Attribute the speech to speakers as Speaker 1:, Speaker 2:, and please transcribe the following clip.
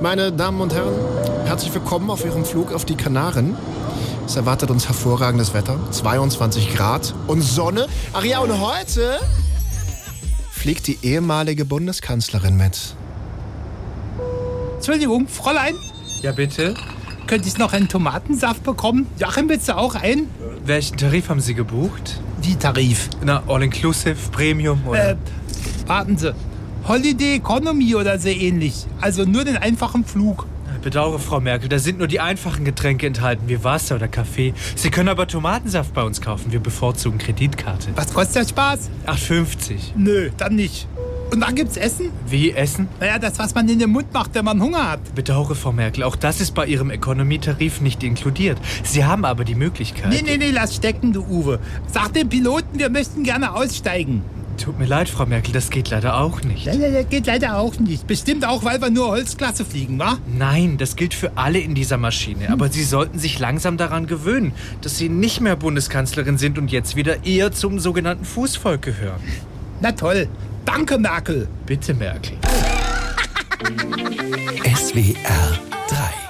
Speaker 1: Meine Damen und Herren, herzlich willkommen auf Ihrem Flug auf die Kanaren. Es erwartet uns hervorragendes Wetter, 22 Grad und Sonne. Ach ja, und heute fliegt die ehemalige Bundeskanzlerin mit.
Speaker 2: Entschuldigung, Fräulein,
Speaker 3: Ja, bitte?
Speaker 2: könnte ich noch einen Tomatensaft bekommen? Joachim, willst du auch einen?
Speaker 3: Welchen Tarif haben Sie gebucht?
Speaker 2: Wie Tarif?
Speaker 3: Na, All-Inclusive, Premium oder?
Speaker 2: Äh, warten Sie. Holiday Economy oder so ähnlich. Also nur den einfachen Flug.
Speaker 3: Bedauere, Frau Merkel, da sind nur die einfachen Getränke enthalten, wie Wasser oder Kaffee. Sie können aber Tomatensaft bei uns kaufen. Wir bevorzugen Kreditkarte.
Speaker 2: Was kostet der Spaß?
Speaker 3: 8,50.
Speaker 2: Nö, dann nicht. Und dann gibt's Essen?
Speaker 3: Wie Essen?
Speaker 2: Naja, das, was man in den Mund macht, wenn man Hunger hat.
Speaker 3: Bedauere, Frau Merkel, auch das ist bei Ihrem Economy-Tarif nicht inkludiert. Sie haben aber die Möglichkeit.
Speaker 2: Nee, nee, nee, lass stecken, du Uwe. Sag dem Piloten, wir möchten gerne aussteigen.
Speaker 3: Tut mir leid, Frau Merkel, das geht leider auch nicht.
Speaker 2: Ja, ja, ja, geht leider auch nicht. Bestimmt auch, weil wir nur Holzklasse fliegen, wa?
Speaker 3: Nein, das gilt für alle in dieser Maschine. Aber Sie sollten sich langsam daran gewöhnen, dass Sie nicht mehr Bundeskanzlerin sind und jetzt wieder eher zum sogenannten Fußvolk gehören.
Speaker 2: Na toll. Danke, Merkel.
Speaker 3: Bitte, Merkel.
Speaker 4: SWR 3